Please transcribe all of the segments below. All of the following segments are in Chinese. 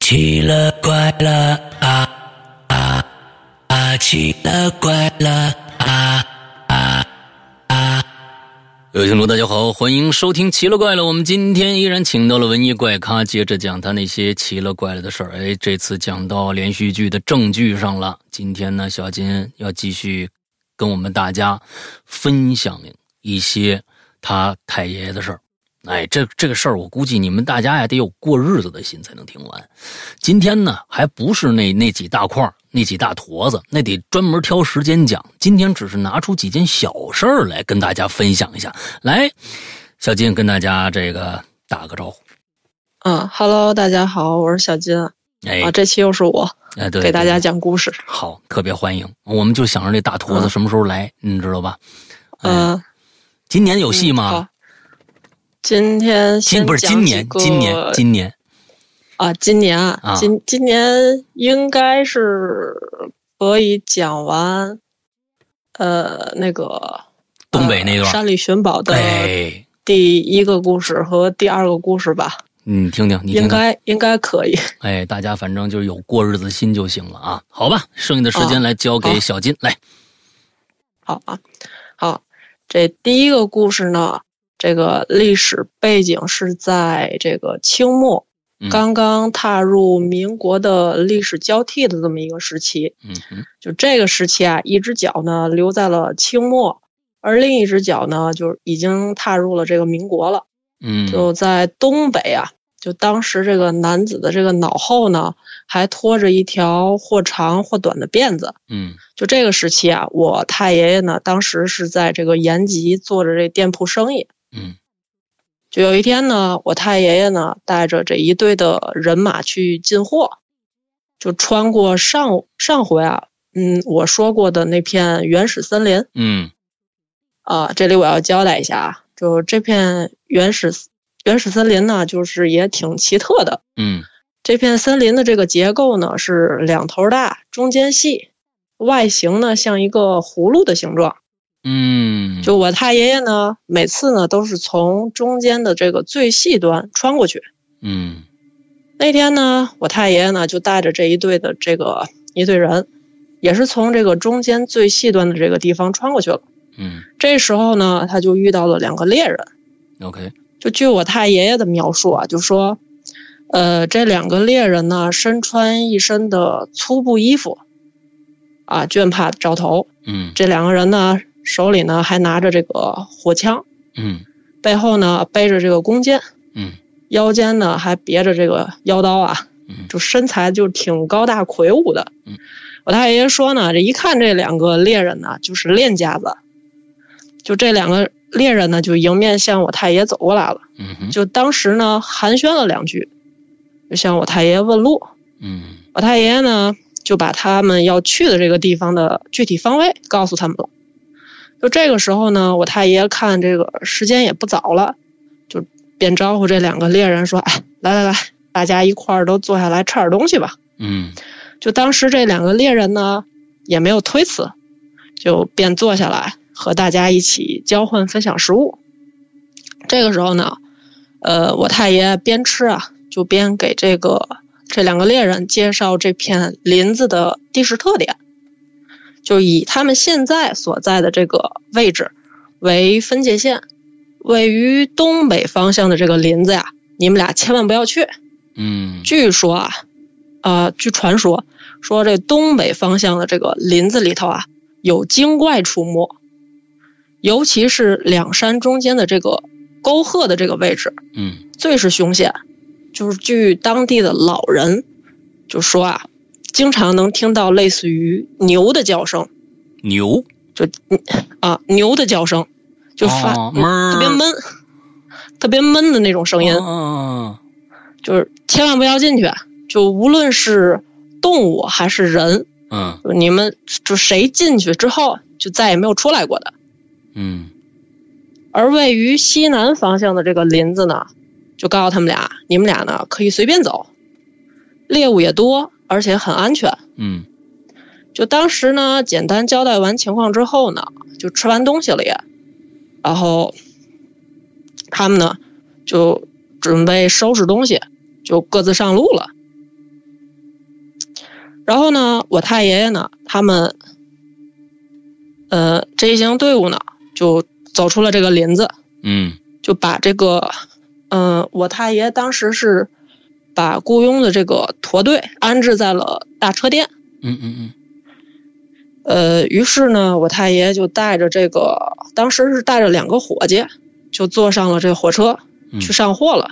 奇了怪了啊啊啊！奇了怪了啊啊啊！各位听众，大家好，欢迎收听《奇了怪了》。我们今天依然请到了文艺怪咖，接着讲他那些奇了怪了的事儿。哎，这次讲到连续剧的正剧上了。今天呢，小金要继续跟我们大家分享一些他太爷爷的事儿。哎，这这个事儿，我估计你们大家呀得有过日子的心才能听完。今天呢，还不是那那几大块儿那几大坨子，那得专门挑时间讲。今天只是拿出几件小事儿来跟大家分享一下。来，小金跟大家这个打个招呼。嗯哈喽，大家好，我是小金啊，哎，这期又是我哎，对，给大对家讲故事。好，特别欢迎。我们就想着这大坨子什么时候来，你知道吧？哎，嗯，今年有戏嗯吗好？今今天先不是讲今年几，个呃今年，今年啊，今年啊啊，今今年应该是可以讲完，呃，那个东北那呃段，山里寻宝的哎，第一个故事和第二个故事吧，你嗯听听，你听应听。该应该可以。哎，大家反正就是有过日子心就行了啊，好吧，剩下的哦时间来交给小金、来。好啊，好，这第一个故事呢，这个历史背景是在这个清末，嗯刚刚踏入民国的历史交替的这么一个时期。嗯哼，就这个时期啊，一只脚呢留在了清末，而另一只脚呢，就是已经踏入了这个民国了。嗯，就在东北啊，就当时这个男子的这个脑后呢，还拖着一条或长或短的辫子。嗯就这个时期啊，我太爷爷呢，当时是在这个延吉做着这店铺生意。嗯就有一天呢，我太爷爷呢带着这一队的人马去进货，就穿过上上回啊，嗯，我说过的那片原始森林嗯啊，这里我要交代一下啊，就这片原始原始森林呢，就是也挺奇特的。嗯这片森林的这个结构呢是两头大，中间细，外形呢像一个葫芦的形状。嗯，就我太爷爷呢，每次呢都是从中间的这个最细端穿过去。嗯那天呢，我太爷爷呢就带着这一队的这个一队人，也是从这个中间最细端的这个地方穿过去了。嗯这时候呢，他就遇到了两个猎人。 ，OK，就据我太爷爷的描述啊，就说，呃，这两个猎人呢，身穿一身的粗布衣服，啊，倦怕着头。嗯这两个人呢，手里呢还拿着这个火枪，嗯背后呢背着这个弓箭，嗯腰间呢还别着这个腰刀啊，嗯就身材就挺高大魁梧的。嗯我太爷爷说呢，这一看这两个猎人呢，就是练家子。就这两个猎人呢，就迎面向我太爷走过来了。嗯哼，就当时呢寒暄了两句，就向我太爷问路。嗯我太爷呢就把他们要去的这个地方的具体方位告诉他们了。就这个时候呢，我太爷看这个时间也不早了，就便招呼这两个猎人说：“哎，来来来，大家一块儿都坐下来吃点东西吧。嗯”就当时这两个猎人呢也没有推辞，就便坐下来和大家一起交换分享食物。这个时候呢，呃，我太爷边吃啊，就边给这个这两个猎人介绍这片林子的地势特点，就以他们现在所在的这个位置为分界线，位于东北方向的这个林子呀，你们俩千万不要去。嗯据说啊，呃，据传说说这东北方向的这个林子里头啊，有精怪出没，尤其是两山中间的这个沟壑的这个位置，嗯最是凶险。就是据当地的老人就说啊，经常能听到类似于牛的叫声牛啊，牛的叫声，就发、哦闷儿特别闷，特别闷的那种声音。啊就是千万不要进去。啊就无论是动物还是人，嗯就你们就谁进去之后就再也没有出来过的。嗯而位于西南方向的这个林子呢，就告诉他们俩，你们俩呢可以随便走，猎物也多，而且很安全。嗯就当时呢，简单交代完情况之后呢，就吃完东西了也，然后他们呢就准备收拾东西，就各自上路了。然后呢，我太爷爷呢，他们，呃，这一行队伍呢，就走出了这个林子，嗯就把这个，嗯、我太爷当时是把雇佣的这个驼队安置在了大车店。嗯嗯呃，于是呢，我太爷就带着这个，当时是带着两个伙计，就坐上了这火车嗯，去上货了。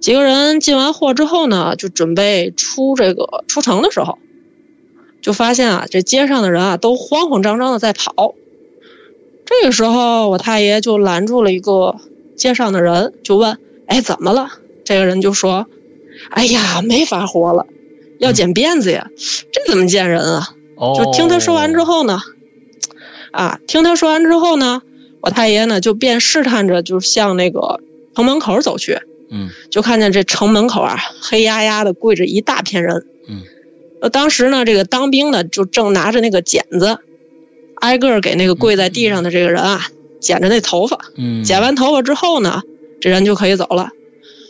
几个人进完货之后呢，就准备出这个出城的时候，就发现啊，这街上的人啊都慌慌张张的在跑。这个时候，我太爷就拦住了一个街上的人，就问：“哎，怎么了？”这个人就说：“哎呀，没法活了，要剪辫子呀，这怎么见人啊？”嗯，哦，就听他说完之，后呢，啊，听他说完之后呢，我太爷呢就便试探着就向那个城门口走去，嗯就看见这城门口啊黑压压的跪着一大片人。嗯，呃，当时呢，这个当兵的就正拿着那个剪子，挨个儿给那个跪在地上的这个人啊剪着那头发。嗯，剪完头发之后呢，这人就可以走了。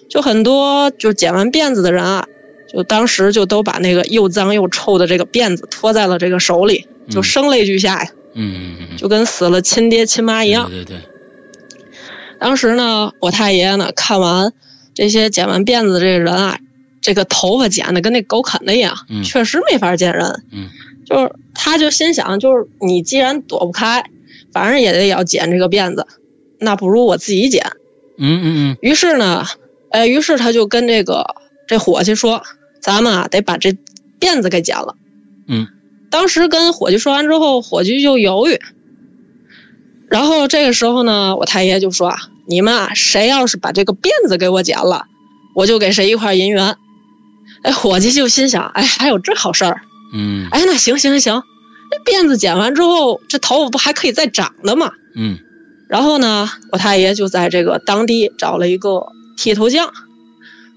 就很多就剪完辫子的人啊，就当时就都把那个又脏又臭的这个辫子托在了这个手里，就嗯声泪俱下呀，嗯，嗯嗯，就跟死了亲爹亲妈一样。对对对，当时呢，我太爷呢看完这些剪完辫子的这个人啊，这个头发剪的跟那狗啃的一样，嗯确实没法见人。嗯，就是他就心想，就是你既然躲不开，反正也得要剪这个辫子，那不如我自己剪。嗯嗯于是呢，呃，于是他就跟这个这伙计说：“咱们啊，得把这辫子给剪了。”嗯，当时跟伙计说完之后，伙计就犹豫。然后这个时候呢，我太爷就说：“啊，你们啊，谁要是把这个辫子给我剪了，我就给谁一块银元。”哎，伙计就心想：“哎，还有这好事儿？嗯哎，那行行行，那辫子剪完之后，这头发不还可以再长的吗？”嗯嗯然后呢，我太爷就在这个当地找了一个剃头匠，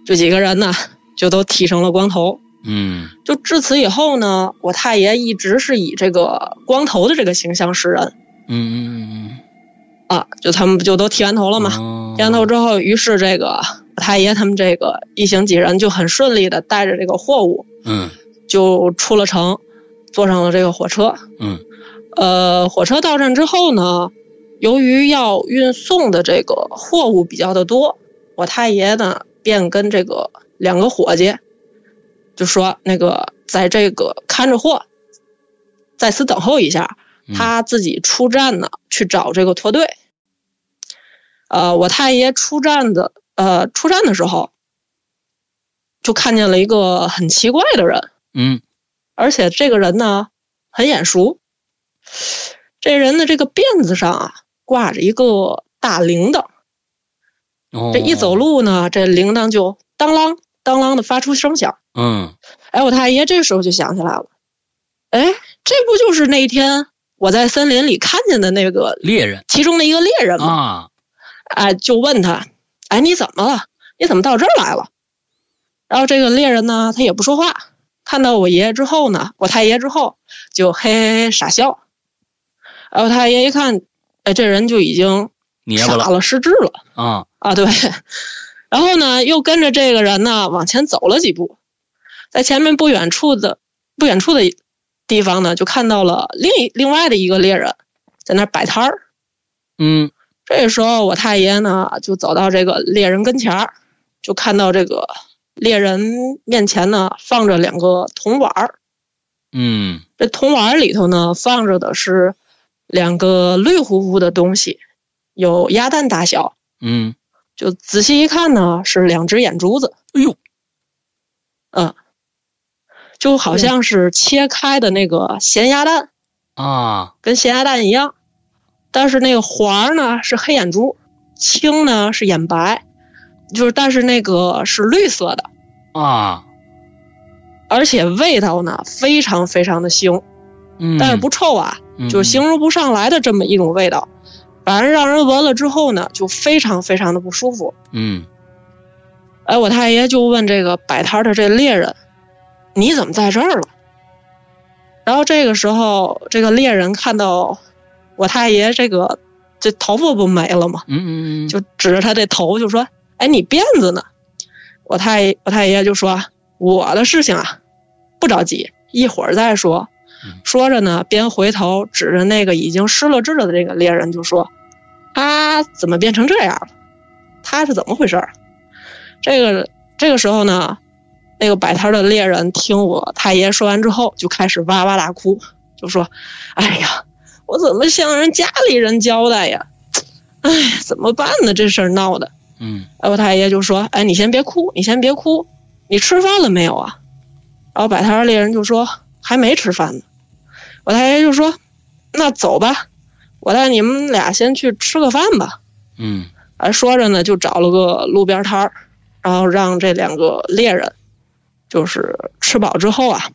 这几个人呢就都剃成了光头。嗯就至此以后呢，我太爷一直是以这个光头的这个形象示人嗯嗯哦嗯，啊，就他们不就都剃完头了吗？嘛剃完头之后，于是这个我太爷他们这个一行几人就很顺利的带着这个货物嗯就出了城，坐上了这个火车。嗯呃，火车到站之后呢，由于要运送的这个货物比较的多，我太爷呢便跟这个两个伙计就说，那个在这个看着货，在此等候一下，嗯他自己出站呢去找这个驼队。呃，我太爷出站的呃出站的时候，就看见了一个很奇怪的人，嗯而且这个人呢很眼熟。这人的这个辫子上啊挂着一个大铃铛，哦，这一走，路呢，这铃铛就当啷当啷的发出声响。嗯哎，我太爷这时候就想起来了，哎，这不就是那天我在森林里看见的那个猎人其中的一个猎人吗？啊，哎，就问他，哎，你怎么了？你怎么到这儿来了？然后这个猎人呢，他也不说话，看到我爷爷之后呢，我太爷之后就嘿嘿嘿傻笑。然后太爷一看，哎，这人就已经捏傻巴了了、失智了啊，啊，对。然后呢，又跟着这个人呢往前走了几步，在前面不远处的不远处的地方呢，就看到了另一另外的一个猎人在那儿摆摊儿。嗯这时候我太爷呢就走到这个猎人跟前儿，就看到这个猎人面前呢放着两个铜碗儿，嗯这铜碗儿里头呢放着的是两个绿乎乎的东西，有鸭蛋大小。嗯，就仔细一看呢，是两只眼珠子，嗯哎呦，就哎好像是切开的那个咸鸭蛋，啊，跟咸鸭蛋一样。但是那个黄儿呢是黑眼珠，青呢是眼白，就是但是那个是绿色的。啊，而且味道呢非常非常的腥，嗯，但是不臭啊，就形容不上来的这么一种味道，反正让人闻了之后呢，就非常非常的不舒服。嗯，哎，我太爷就问这个摆摊儿的这猎人：“你怎么在这儿了？”然后这个时候，这个猎人看到我太爷这个这头发不没了吗？嗯嗯嗯，就指着他这头就说：“哎，你辫子呢？”我太我太爷就说：“我的事情啊，不着急，一会儿再说。”说着呢，边回头指着那个已经失了智的这个猎人就说：“啊，怎么变成这样了？他是怎么回事儿？”这个这个时候呢，那个摆摊的猎人听我太爷说完之后，就开始哇哇大哭，就说：“哎呀，我怎么向人家里人交代呀？哎，怎么办呢？这事儿闹的。”嗯哎，我太爷就说：“哎，你先别哭，你先别哭，你吃饭了没有啊？”然后摆摊儿猎人就说：“还没吃饭呢。”我太爷就说：“那走吧，我带你们俩先去吃个饭吧。嗯”哎，说着呢，就找了个路边摊儿，然后让这两个猎人，就是吃饱之后啊，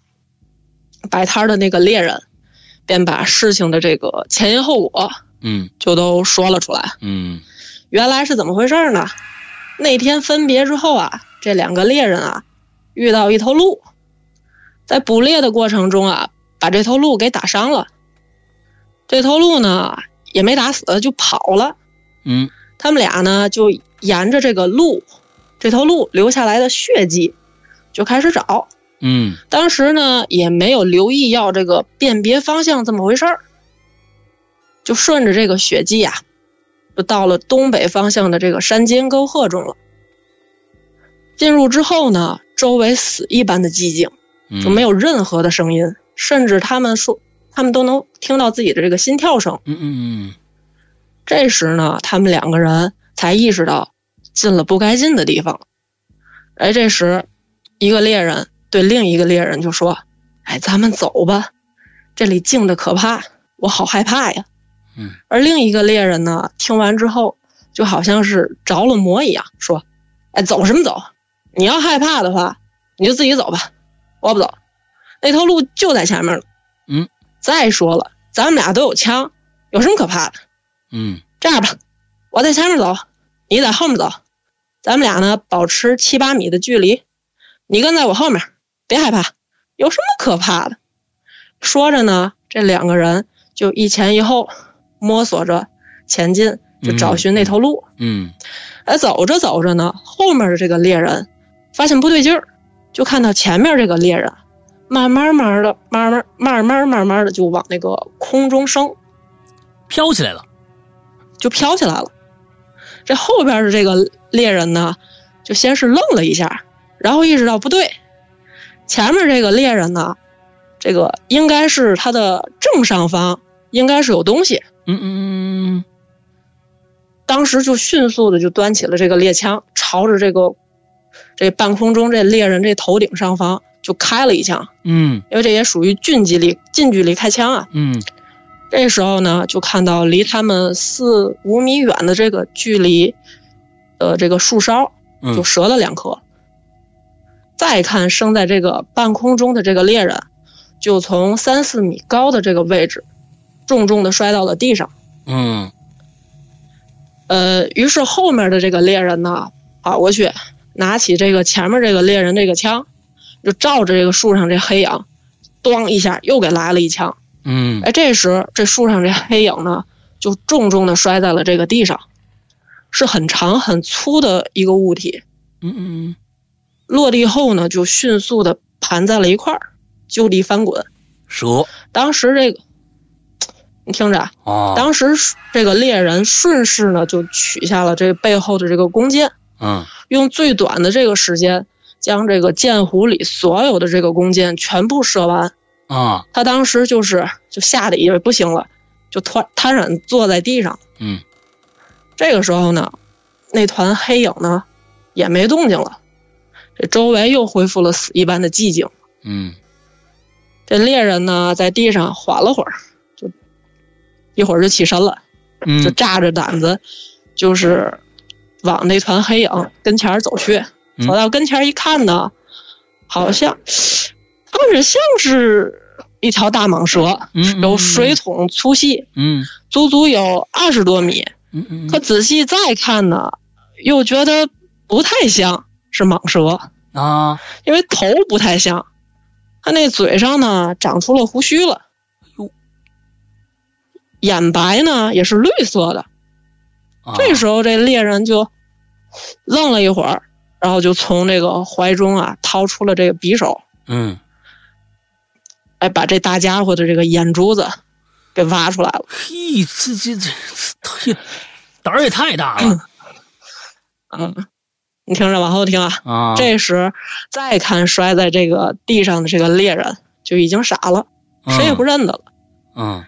摆摊儿的那个猎人便把事情的这个前因后果嗯就都说了出来。嗯原来是怎么回事呢？那天分别之后啊，这两个猎人啊，遇到一头鹿，在捕猎的过程中啊，把这头鹿给打伤了。这头鹿呢也没打死，就跑了。嗯他们俩呢就沿着这个鹿，这头鹿留下来的血迹，就开始找。嗯当时呢也没有留意要这个辨别方向这么回事儿，就顺着这个血迹啊，就到了东北方向的这个山间沟壑中了。进入之后呢，周围死一般的寂静，嗯，就没有？有任何的声音，甚至他们说他们都能听到自己的这个心跳声。嗯嗯这时呢，他们两个人才意识到进了不该进的地方了。哎，这时，一个猎人对另一个猎人就说：“哎，咱们走吧，这里静的可怕，我好害怕呀。”嗯。而另一个猎人呢，听完之后就好像是着了魔一样，说：“哎，走什么走？你要害怕的话，你就自己走吧，我不走。那头鹿就在前面了。”嗯。再说了，咱们俩都有枪，有什么可怕的？嗯这样吧，我在前面走，你在后面走，咱们俩呢保持七八米的距离，你跟在我后面，别害怕，有什么可怕的？说着呢，这两个人就一前一后摸索着前进，就找寻那头鹿。嗯哎，走着走着呢，后面的这个猎人发现不对劲儿，就看到前面这个猎人慢慢慢的、慢慢慢慢慢慢的就往那个空中升，飘起来了。就飘起来了。这后边的这个猎人呢，就先是愣了一下，然后意识到不对，前面这个猎人呢，这个应该是他的正上方应该是有东西，嗯嗯嗯当时就迅速的就端起了这个猎枪，朝着这个这半空中这猎人这头顶上方就开了一枪，嗯因为这也属于近距离近距离开枪啊。嗯这时候呢，就看到离他们四五米远的这个距离，呃，这个树梢嗯就折了两颗。再看升在这个半空中的这个猎人，就从三四米高的这个位置，重重的摔到了地上。嗯呃，于是后面的这个猎人呢，跑过去，拿起这个前面这个猎人这个枪，就照着这个树上这黑影，咣一下又给来了一枪。嗯哎，这时这树上这黑影呢，就重重的摔在了这个地上，是很长很粗的一个物体。嗯落地后呢，就迅速的盘在了一块儿，就地翻滚。蛇当时这个，你听着啊，啊，当时这个猎人顺势呢就取下了这背后的这个弓箭，嗯用最短的这个时间将这个箭壶里所有的这个弓箭全部射完。啊他当时就是就吓得也不行了，就瘫瘫软坐在地上。嗯这个时候呢，那团黑影呢也没动静了，这周围又恢复了死一般的寂静。嗯这猎人呢在地上缓了会儿，就一会儿就起身了，就嗯炸着胆子，就是往那团黑影跟前儿走去。嗯走到跟前儿一看呢，好像看着像是一条大蟒蛇，嗯有水桶粗细，嗯足足有二十多米。嗯嗯可仔细再看呢，又觉得不太像是蟒蛇，啊，因为头不太像，它那嘴上呢长出了胡须了哟，眼白呢也是绿色的。啊这时候这猎人就愣了一会儿，然后就从这个怀中啊掏出了这个匕首，嗯哎，把这大家伙的这个眼珠子给挖出来了。嘿，这这这这胆儿也太大了嗯，你听着，往后听啊。啊！这时再看摔在这个地上的这个猎人，就已经傻了，谁也不认得了。嗯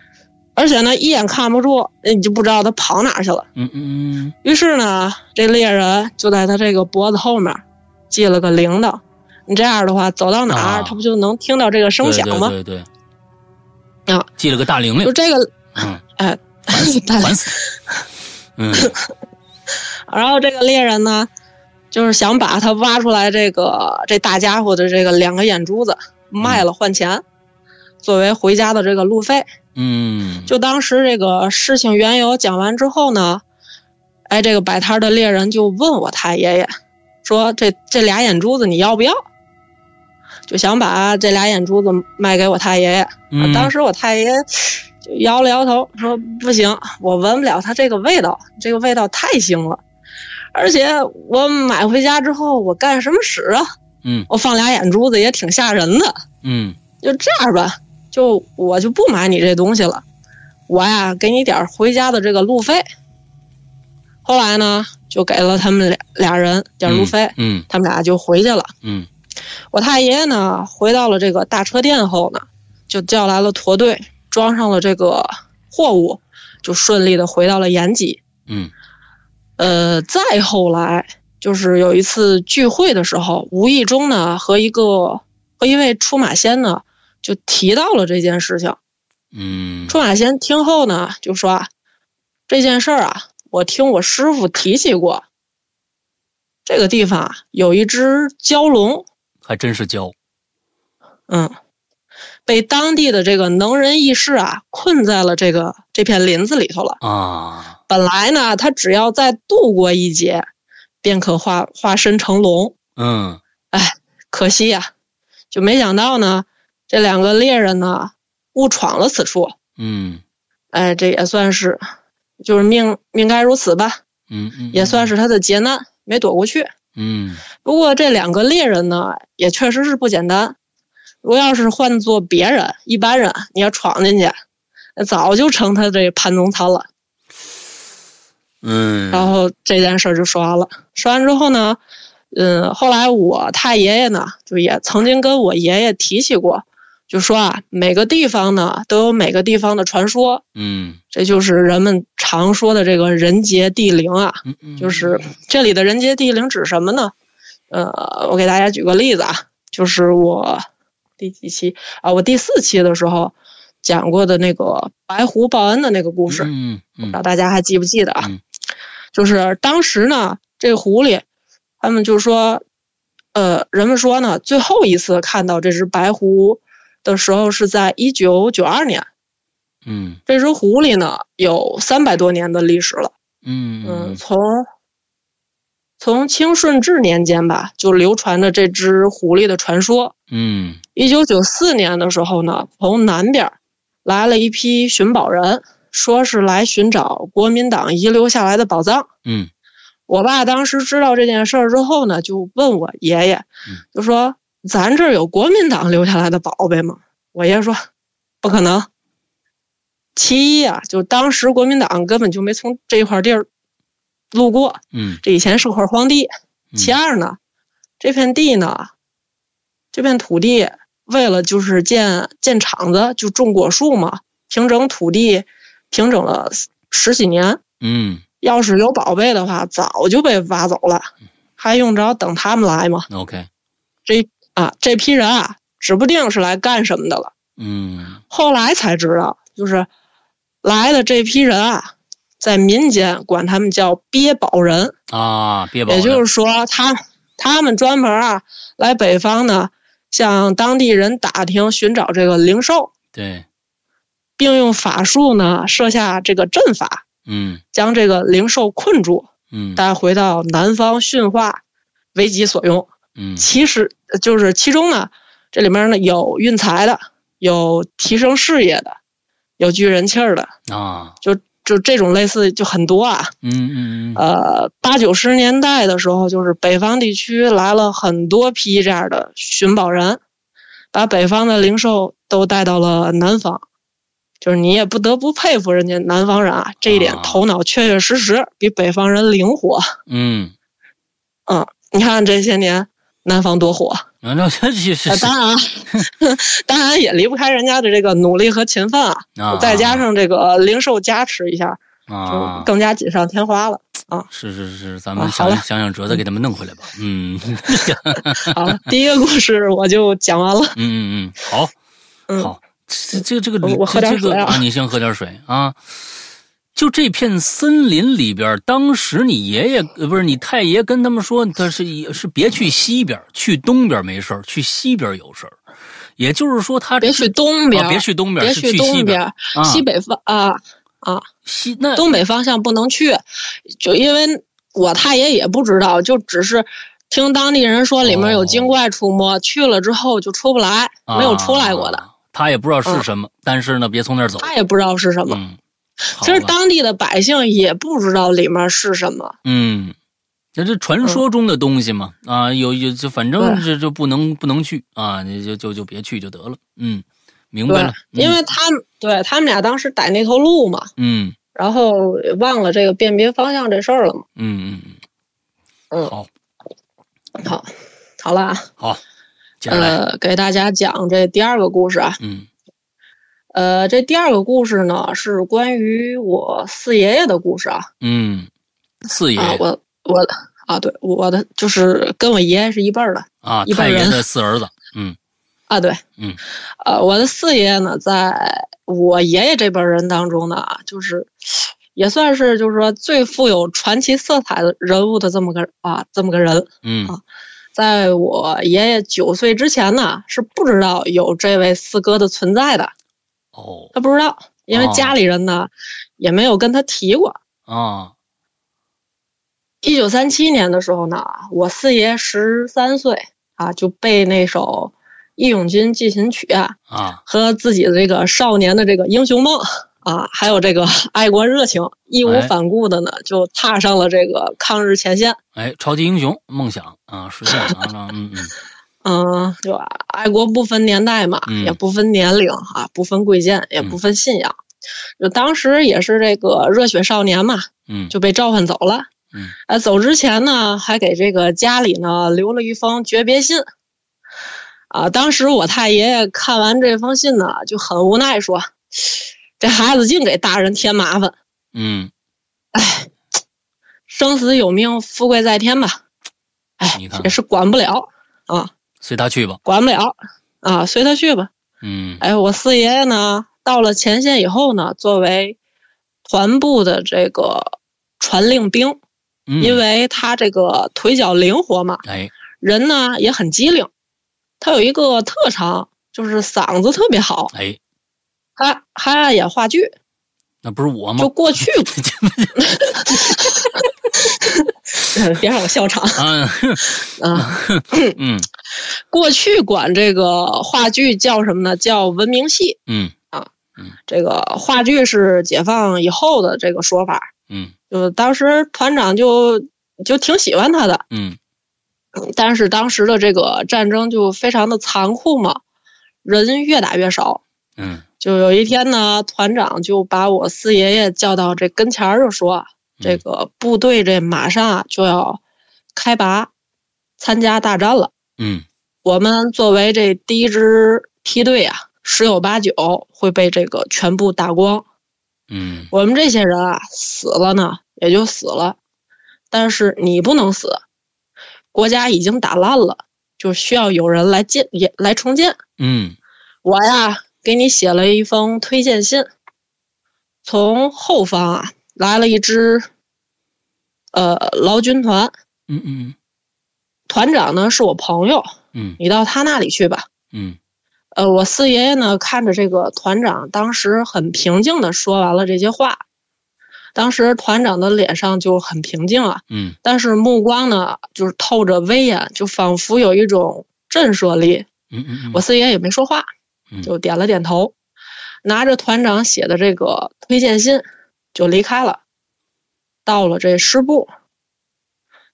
而且呢，一眼看不住，你就不知道他跑哪儿去了。嗯嗯于是呢，这猎人就在他这个脖子后面系了个铃铛。你这样的话，走到哪儿、啊他不就能听到这个声响吗？对对对，系了个大铃啊就铃，这个，嗯，哎， 大烦死，嗯然后这个猎人呢，就是想把他挖出来这个这大家伙的这个两个眼珠子卖了换钱，作为回家的这个路费。嗯，就当时这个事情缘由讲完之后呢，哎，这个摆摊儿的猎人就问我太爷爷，说这这俩眼珠子你要不要？就想把这俩眼珠子卖给我太爷爷。嗯啊当时我太爷就摇了摇头，说不行，我闻不了它这个味道，这个味道太腥了。而且我买回家之后，我干什么使啊？嗯我放俩眼珠子也挺吓人的。嗯就这样吧，就我就不买你这东西了，我呀给你点儿回家的这个路费。后来呢，就给了他们俩俩人点儿路费，嗯他们俩就回去了。嗯我太爷爷呢，回到了这个大车店后呢，就叫来了驼队，装上了这个货物，就顺利的回到了延吉。嗯呃，再后来就是有一次聚会的时候，无意中呢和一个和一位出马仙呢就提到了这件事情。嗯出马仙听后呢就说啊，这件事儿啊，我听我师傅提起过，这个地方啊有一只蛟龙，还真是教，嗯，被当地的这个能人异士啊困在了这个这片林子里头了。啊，本来呢，他只要再度过一劫，便可化化身成龙。嗯可惜呀、就没想到呢，这两个猎人呢误闯了此处，嗯哎，这也算是就是命命该如此吧，嗯嗯，也算是他的劫难，没躲过去。嗯不过这两个猎人呢，也确实是不简单。如果要是换做别人一般人，你要闯进去，那早就成他这盘中餐了。嗯，然后这件事儿就说完了。说完之后呢，嗯，后来我太爷爷呢，就也曾经跟我爷爷提起过，就说啊，每个地方呢都有每个地方的传说，嗯这就是人们常说的这个人杰地灵啊。嗯就是这里的人杰地灵指什么呢？呃，我给大家举个例子啊，就是我第几期啊，我第四期的时候讲过的那个白狐报恩的那个故事。嗯不嗯知道大家还记不记得啊？嗯就是当时呢，这狐狸，他们就说，呃，人们说呢，最后一次看到这只白狐的时候是在一九九二年。嗯这只狐狸呢，有三百多年的历史了，嗯，嗯从从清顺治年间吧，就流传着这只狐狸的传说。嗯一九九四年的时候呢，从南边儿来了一批寻宝人，说是来寻找国民党遗留下来的宝藏。嗯我爸当时知道这件事儿之后呢，就问我爷爷嗯，就说：“咱这儿有国民党留下来的宝贝吗？”我爷说：“不可能。”其一啊，就当时国民党根本就没从这块地儿路过，嗯，这以前是块荒地。其二二呢，这片地呢，这片土地为了就是建建厂子，就种果树嘛，平整土地，平整了十几年。嗯要是有宝贝的话，早就被挖走了，还用着等他们来吗？ OK 这啊，这批人啊，指不定是来干什么的了。嗯后来才知道，就是来的这批人啊，在民间管他们叫憋宝人，啊，别也就是说，他他们专门啊来北方呢，向当地人打听寻找这个灵兽，对，并用法术呢设下这个阵法，嗯将这个灵兽困住，嗯带回到南方驯化，为己所用。嗯其实呃就是其中呢，这里面呢有运财的，有提升事业的，有聚人气儿的，啊，就就这种类似就很多啊。嗯嗯嗯呃，八九十年代的时候，就是北方地区来了很多批这样的寻宝人，把北方的零售都带到了南方，就是你也不得不佩服人家南方人啊，这一点啊头脑确确实实比北方人灵活。嗯，嗯，你看这些年南方多火，然后这这 是呃、当然， 当然也离不开人家的这个努力和勤奋啊，啊再加上这个零售加持一下，啊就，更加锦上 添花了。是是是，咱啊们想好了想想辙，再给他们弄回来吧。嗯嗯好了，第一个故事我就讲完了。嗯嗯，好，嗯，好，这这这个我旅我喝点这这水个啊啊，你先喝点水啊。就这片森林里边，当时你爷爷呃不是你太爷跟他们说，他是是别去西边，去东边没事儿，去西边有事儿。也就是说他，别去东边，啊别去东边，别是去西东边，边，啊、西北方啊，西那东北方向不能去，就因为我太爷也不知道，就只是听当地人说里面有哦精怪出没，去了之后就出不来，没有出来过的，嗯啊他也不知道是什么，但是呢，别从那儿走。他也不知道是什么。嗯，其实好了当地的百姓也不知道里面是什么，嗯，这这传说中的东西嘛，嗯啊，有有就反正这就不能不能去啊，你就就就别去就得了。嗯，明白对了，，因为他们对他们俩当时逮那头鹿嘛，嗯然后忘了这个辨别方向这事儿了嘛。嗯嗯嗯嗯，嗯，好好，好了啊，好，接着来，呃，给大家讲这第二个故事啊，嗯呃，这第二个故事呢是关于我四爷爷的故事啊。嗯，四爷啊，我我啊，对，我的就是跟我爷爷是一辈儿的啊，一太般人爷的四儿子，嗯啊，对，嗯，呃，我的四爷呢，在我爷爷这辈儿人当中呢，就是也算是就是说最富有传奇色彩的人物的这么个啊这么个人。嗯啊在我爷爷九岁之前呢，是不知道有这位四哥的存在的，哦他不知道，因为哦家里人呢、也没有跟他提过。啊一九三七年的时候呢，我四爷十三岁啊，就被那首《义勇军进行曲》啊啊和自己的这个少年的这个英雄梦啊，还有这个爱国热情，义无哎反顾的呢，就踏上了这个抗日前线。哎，超级英雄梦想啊，实现了啊，嗯嗯嗯，对吧？爱国不分年代嘛，嗯也不分年龄啊，不分贵贱，也不分信仰。就当时也是这个热血少年嘛，嗯，就被召唤走了。嗯，呃，走之前呢，还给这个家里呢留了一封诀别信。啊，当时我太爷爷看完这封信呢，就很无奈说：“这孩子净给大人添麻烦，嗯，生死有命，富贵在天吧。”哎你看，看也是管不了啊，随他去吧，管不了啊，随他去吧。嗯哎，我四爷爷呢，到了前线以后呢，作为团部的这个传令兵，嗯，因为他这个腿脚灵活嘛，哎人呢也很机灵，他有一个特长，就是嗓子特别好，哎，他还爱演话剧。那不是我吗 就？过去， 别让我笑场啊，啊！嗯过去管这个话剧叫什么呢？叫文明戏。嗯这个话剧是解放以后的这个说法，嗯就当时团长就就挺喜欢他的，嗯但是当时的这个战争就非常的残酷嘛，人越打越少。嗯就有一天呢，团长就把我四爷爷叫到这跟前儿，就说：“啊这个部队这马上啊就要开拔，参加大战了。嗯我们作为这第一支梯队啊，十有八九会被这个全部打光。嗯我们这些人啊，死了呢也就死了，但是你不能死，国家已经打烂了，就需要有人来建也来重建。嗯我呀，给你写了一封推荐信，从后方啊来了一支呃劳军团，嗯嗯团长呢是我朋友，嗯你到他那里去吧。嗯呃，我四爷爷呢，看着这个团长，当时很平静的说完了这些话。当时团长的脸上就很平静啊，嗯但是目光呢，就是透着威严，就仿佛有一种震慑力。嗯，我四爷也没说话嗯，就点了点头，拿着团长写的这个推荐信，就离开了。到了这师部，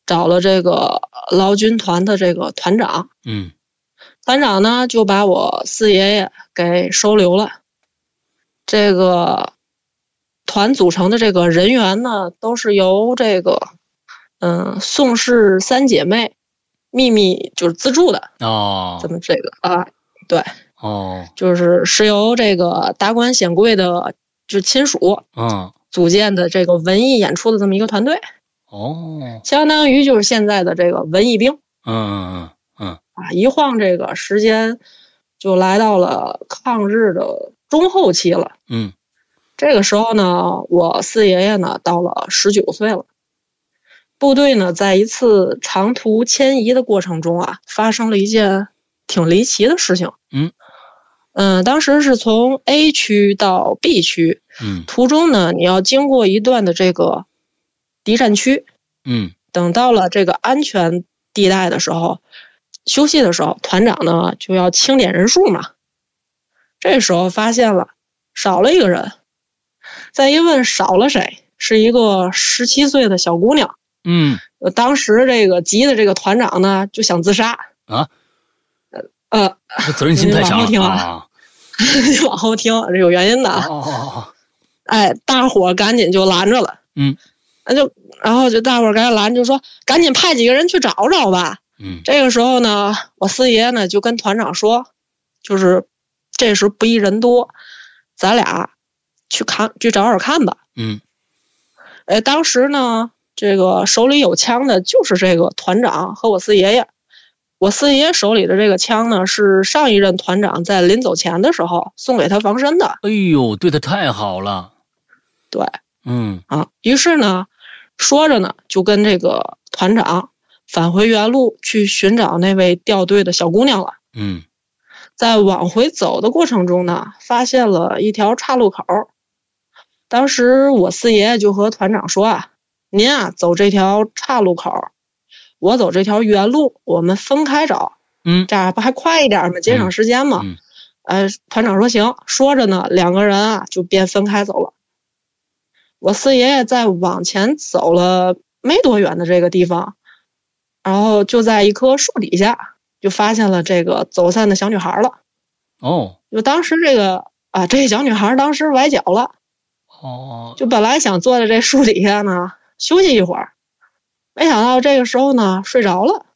找了这个劳军团的这个团长，嗯班长呢就把我四爷爷给收留了。这个团组成的这个人员呢，都是由这个嗯宋氏三姐妹秘密就是资助的，哦咱们这个啊，对，哦，就是是由这个达官显贵的就是亲属嗯组建的这个文艺演出的这么一个团队，哦，相当于就是现在的这个文艺兵嗯嗯嗯啊。一晃这个时间就来到了抗日的中后期了。嗯这个时候呢，我四爷爷呢到了十九岁了。部队呢，在一次长途迁移的过程中啊，发生了一件挺离奇的事情。嗯嗯，当时是从 A 区到 B 区，嗯途中呢，你要经过一段的这个敌占区。嗯等到了这个安全地带的时候，休息的时候，团长呢就要清点人数嘛。这时候发现了少了一个人，再一问少了谁，是一个十七岁的小姑娘。嗯呃当时这个急的这个团长呢就想自杀啊，呃， 嗯，责任心太强了啊！你往后听是有原因的哦啊。哦哦，哎，大伙儿赶紧就拦着了。嗯，那就然后就大伙儿赶紧拦，就说赶紧派几个人去找找吧。嗯这个时候呢，我四爷呢就跟团长说，就是这时不宜人多，咱俩去看去找找看吧。嗯呃，当时呢，这个手里有枪的就是这个团长和我四爷爷。我四爷爷手里的这个枪呢，是上一任团长在临走前的时候送给他防身的。哎呦，对他太好了。对，嗯啊，于是呢，说着呢，就跟这个团长返回原路去寻找那位掉队的小姑娘了。嗯在往回走的过程中呢，发现了一条岔路口。当时我四爷爷就和团长说啊：“您啊，走这条岔路口，我走这条原路，我们分开找，嗯这样不还快一点吗？节省时间嘛。嗯呃，团长说行，说着呢，两个人啊就便分开走了。我四爷爷在往前走了没多远的这个地方，然后就在一棵树底下就发现了这个走散的小女孩了。哦就当时这个啊，这小女孩当时崴脚了，哦就本来想坐在这树底下呢休息一会儿，没想到这个时候呢睡着了。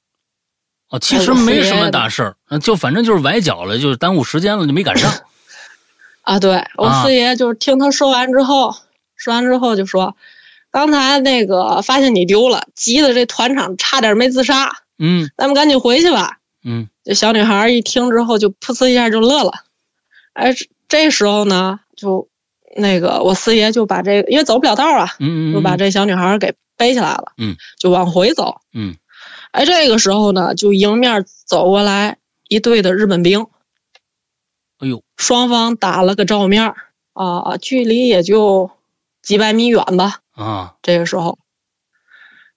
哦，其实没什么大事儿，嗯就反正就是崴脚了，就是耽误时间了，就没赶上。啊，对我啊四爷就是听他说完之后，说完之后就说，刚才那个发现你丢了，急的这团长差点没自杀，嗯咱们赶紧回去吧。嗯这小女孩一听之后就噗呲一下就乐了，哎，这这时候呢，就那个我四爷就把这个，因为走不了道啊，嗯嗯，就把这小女孩给背起来了，嗯，就往回走。嗯哎，这个时候呢，就迎面走过来一队的日本兵，哎呦，双方打了个照面儿啊，距离也就几百米远吧。啊这个时候，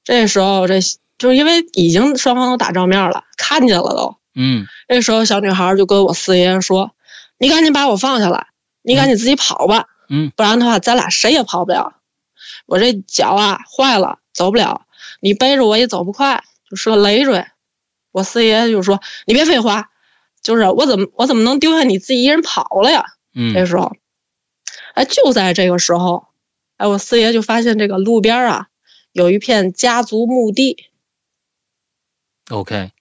这时候这就是因为已经双方都打照面了，看见了都。嗯这时候小女孩就跟我四爷爷说：“你赶紧把我放下来，你赶紧自己跑吧，嗯，不然的话咱俩谁也跑不了。我这脚啊坏了，走不了，你背着我也走不快，就是个累赘。”我四爷爷就说：“你别废话，就是我怎么我怎么能丢下你自己一人跑了呀？”这嗯时候，哎，就在这个时候，哎，我四爷就发现这个路边啊有一片家族墓地， ，OK，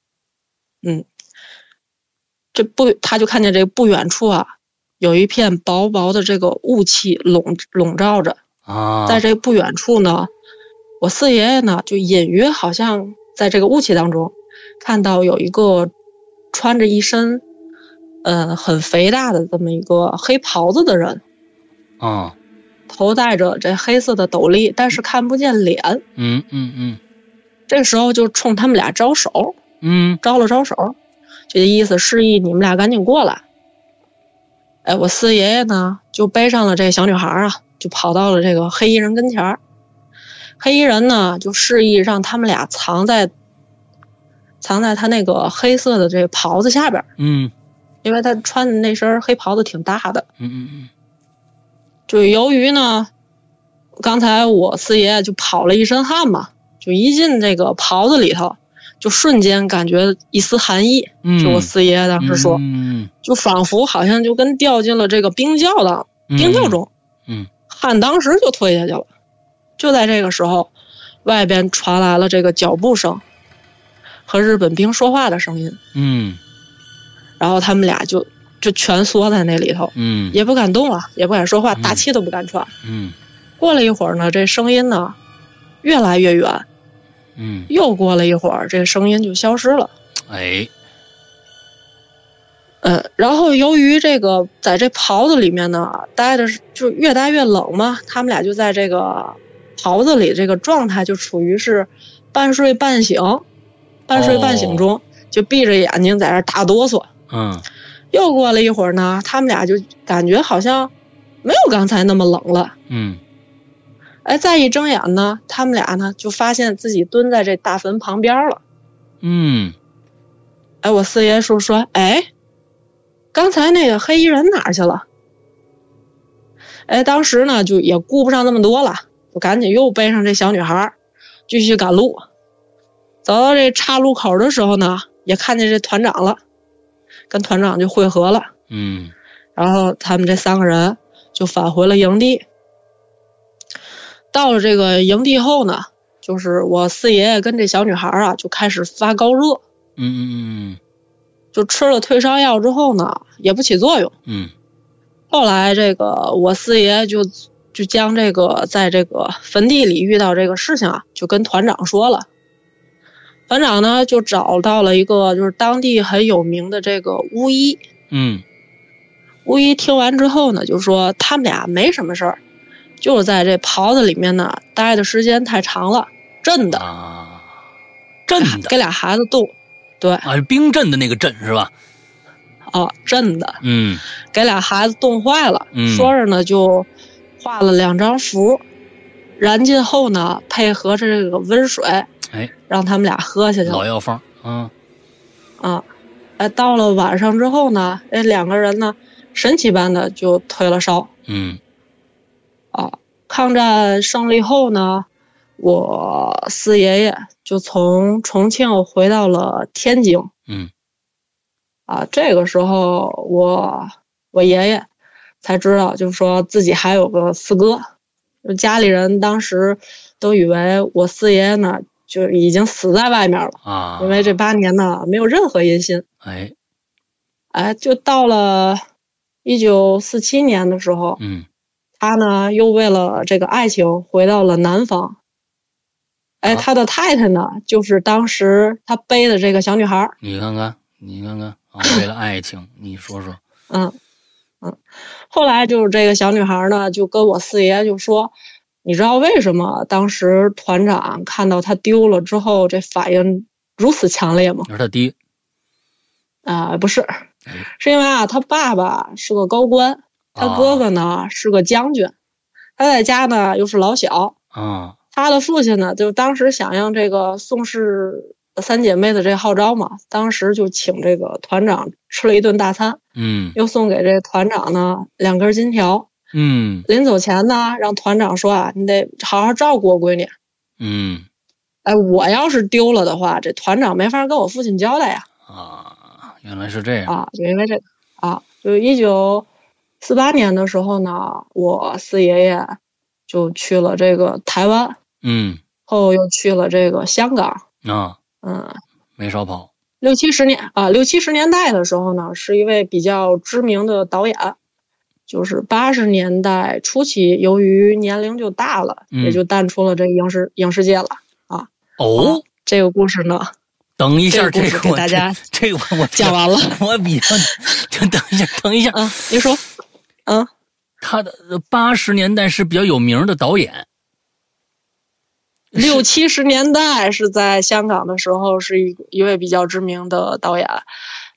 这不，他就看见这不远处啊，有一片薄薄的这个雾气笼笼罩着，啊，在这不远处呢，我四爷爷呢就隐约好像在这个雾气当中看到有一个穿着一身，呃，很肥大的这么一个黑袍子的人，啊，头戴着这黑色的斗笠，但是看不见脸。嗯嗯嗯这时候就冲他们俩招手，嗯招了招手，就意思示意你们俩赶紧过来。哎，我四爷爷呢就背上了这小女孩啊，就跑到了这个黑衣人跟前儿。黑衣人呢就示意让他们俩藏在藏在他那个黑色的这个袍子下边儿，嗯因为他穿的那身黑袍子挺大的。嗯嗯就由于呢，刚才我四爷就跑了一身汗嘛，就一进这个袍子里头，就瞬间感觉一丝寒意。嗯，就我四爷当时说，嗯就仿佛好像就跟掉进了这个冰窖当冰窖，中。嗯嗯汉当时就推下去了。就在这个时候，外边传来了这个脚步声和日本兵说话的声音，嗯然后他们俩就就蜷缩在那里头，嗯也不敢动啊，也不敢说话，嗯大气都不敢喘。嗯过了一会儿呢，这声音呢越来越远，嗯，又过了一会儿，这声音就消失了。哎，嗯，然后由于这个在这袍子里面呢待的是就越待越冷嘛，他们俩就在这个袍子里这个状态就处于是半睡半醒，半睡半醒中、就闭着眼睛在这打哆嗦。嗯又过了一会儿呢，他们俩就感觉好像没有刚才那么冷了。嗯哎，再一睁眼呢，他们俩呢就发现自己蹲在这大坟旁边了。嗯哎，我四爷叔说，哎，刚才那个黑衣人哪儿去了？哎，当时呢就也顾不上那么多了，就赶紧又背上这小女孩儿，继续赶路。走到这岔路口的时候呢，也看见这团长了，跟团长就会合了。嗯然后他们这三个人就返回了营地。到了这个营地后呢，就是我四爷爷跟这小女孩儿啊就开始发高热，嗯嗯就吃了退烧药之后呢也不起作用。嗯后来这个我四爷就就将这个在这个坟地里遇到这个事情啊，就跟团长说了。团长呢就找到了一个就是当地很有名的这个巫医，嗯巫医听完之后呢，就说他们俩没什么事儿，就是在这袍子里面呢待的时间太长了，震的，啊，震的 给俩孩子冻，对啊，是冰镇的那个镇是吧？啊，震的，嗯给俩孩子冻坏了。嗯说着呢，就画了两张符，燃尽后呢，配合着这个温水，哎，让他们俩喝下去老了药方，嗯啊。哎，到了晚上之后呢，哎，两个人呢，神奇般的就退了烧。嗯啊，抗战胜利后呢，我四爷爷就从重庆回到了天津嗯啊。这个时候我我爷爷才知道，就是说自己还有个四哥，就家里人当时都以为我四爷爷呢就已经死在外面了，啊，因为这八年呢没有任何音信。哎哎，就到了一九四七年的时候，嗯他呢又为了这个爱情回到了南方。哎，啊他的太太呢，就是当时他背的这个小女孩儿。你看看你看看啊，为了爱情，你说说，嗯嗯，后来就是这个小女孩儿呢，就跟我四爷就说，你知道为什么当时团长看到她丢了之后，这反应如此强烈吗？你说他爹，啊、不是，是因为啊，他爸爸是个高官，他哥哥呢、是个将军，他在家呢又是老小，啊，他的父亲呢，就当时响应这个宋氏三姐妹的这号召嘛，当时就请这个团长吃了一顿大餐，嗯又送给这团长呢两根金条。嗯临走前呢，让团长说啊，你得好好照顾我闺女。嗯哎，我要是丢了的话，这团长没法跟我父亲交代呀、啊，原来是这样，啊，就因为这个啊，就一九四八年的时候呢，我四爷爷就去了这个台湾，嗯后又去了这个香港，啊，嗯，没少跑，六七十年啊，六七十年代的时候呢，是一位比较知名的导演，就是八十年代初期，由于年龄就大了，嗯也就淡出了这影视影视界了。哦，这个故事呢，等一下，啊这这个故事个给我大家这个我讲完了。我比较，就等一下，等一下，啊，您说，嗯、啊，他的八十年代是比较有名的导演，六七十年代是在香港的时候，是一一位比较知名的导演。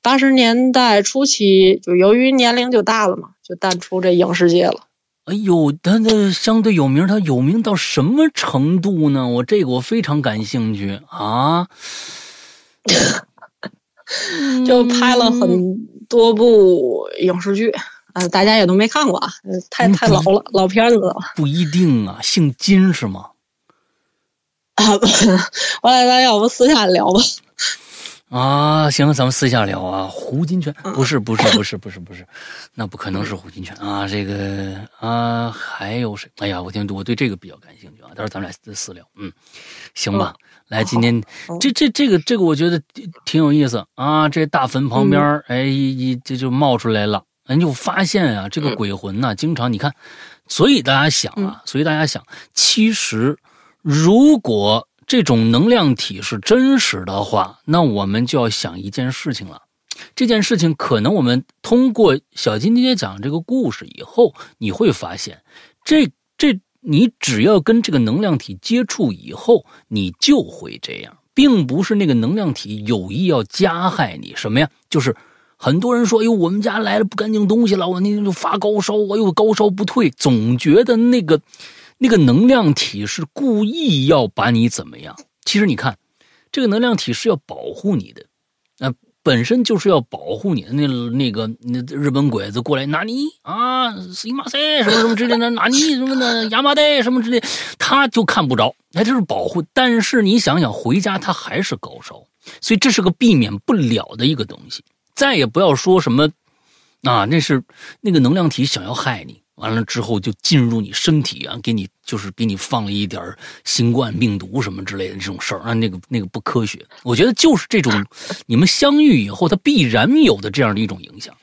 八十年代初期，就由于年龄就大了嘛，就淡出这影视界了。哎呦，他的相对有名，他有名到什么程度呢？我这个我非常感兴趣啊！ 就拍了嗯很多部影视剧，啊、大家也都没看过啊，呃 太太老了，老片子了。不一定啊，姓金是吗？啊，我俩咱要不私下聊吧？啊，行，咱们私下聊啊。胡金铨不是不是不是不是不是，那不可能是胡金铨啊。这个啊，还有谁？哎呀，我听我对这个比较感兴趣啊。到时候咱们俩私聊，嗯，行吧。来，今天好这这这个这个，我觉得挺有意思啊。这大坟旁边，哎，一一这就冒出来了。哎，你就发现啊，这个鬼魂呐、经常你看，所以大家想啊，所以大家想，其实如果这种能量体是真实的话，那我们就要想一件事情了。这件事情可能我们通过小金今天讲这个故事以后，你会发现，这这你只要跟这个能量体接触以后，你就会这样，并不是那个能量体有意要加害你什么呀，就是。很多人说：“哎呦，我们家来了不干净东西了，我那就发高烧，哎呦，高烧不退，总觉得那个那个能量体是故意要把你怎么样。其实你看，这个能量体是要保护你的，呃，本身就是要保护你的。那那个那日本鬼子过来，拿你啊，西马塞什么什么之类的， 拿你什么的，亚麻袋什么之类，他就看不着，哎，这是保护。但是你想想，回家他还是高烧，所以这是个避免不了的一个东西。再也不要说什么啊，那是那个能量体想要害你，完了之后就进入你身体啊，给你就是给你放了一点儿新冠病毒什么之类的这种事儿啊，那个那个不科学。我觉得就是这种你们相遇以后，它必然有的这样的一种影响。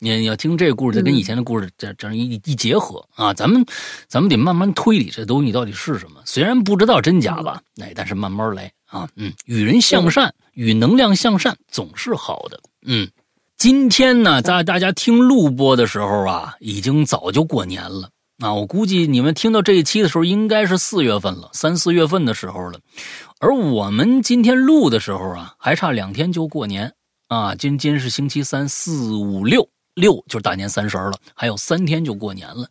你你要听这个故事，再跟以前的故事这这样一一结合啊，咱们咱们得慢慢推理这东西到底是什么。虽然不知道真假吧，哎，但是慢慢来啊，嗯，与人向善，与能量向善总是好的，嗯。今天呢，在大家听录播的时候啊，已经早就过年了。啊，我估计你们听到这一期的时候，应该是四月份了，三四月份的时候了。而我们今天录的时候啊，还差两天就过年啊。今今是星期三、四、五、六，六就是大年三十了，还有三天就过年了。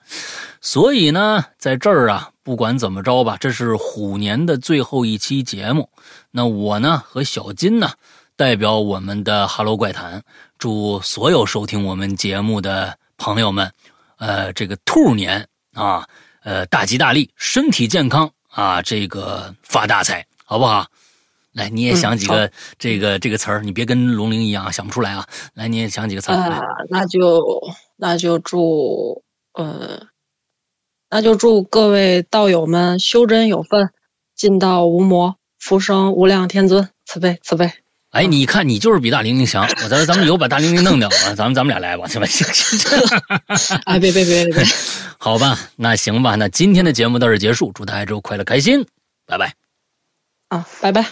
所以呢，在这儿啊，不管怎么着吧，这是虎年的最后一期节目。那我呢和小金呢，代表我们的《哈喽怪谈》，祝所有收听我们节目的朋友们，呃，这个兔年啊，呃，大吉大利，身体健康啊，这个发大财，好不好？来，你也想几个、这个这个词儿，你别跟龙玲一样啊想不出来啊。来，你也想几个词儿。来呃，那就那就祝呃，那就祝各位道友们修真有份，进道无魔，福生无量天尊，慈悲慈悲。哎，你看，你就是比大玲玲强。我咱咱们以后把大玲玲弄掉啊，咱们咱们俩来吧，行吧？行 行行。哎，别别别别别，好吧，那行吧，那今天的节目到这儿结束，祝大家周快乐开心，拜拜。啊，拜拜。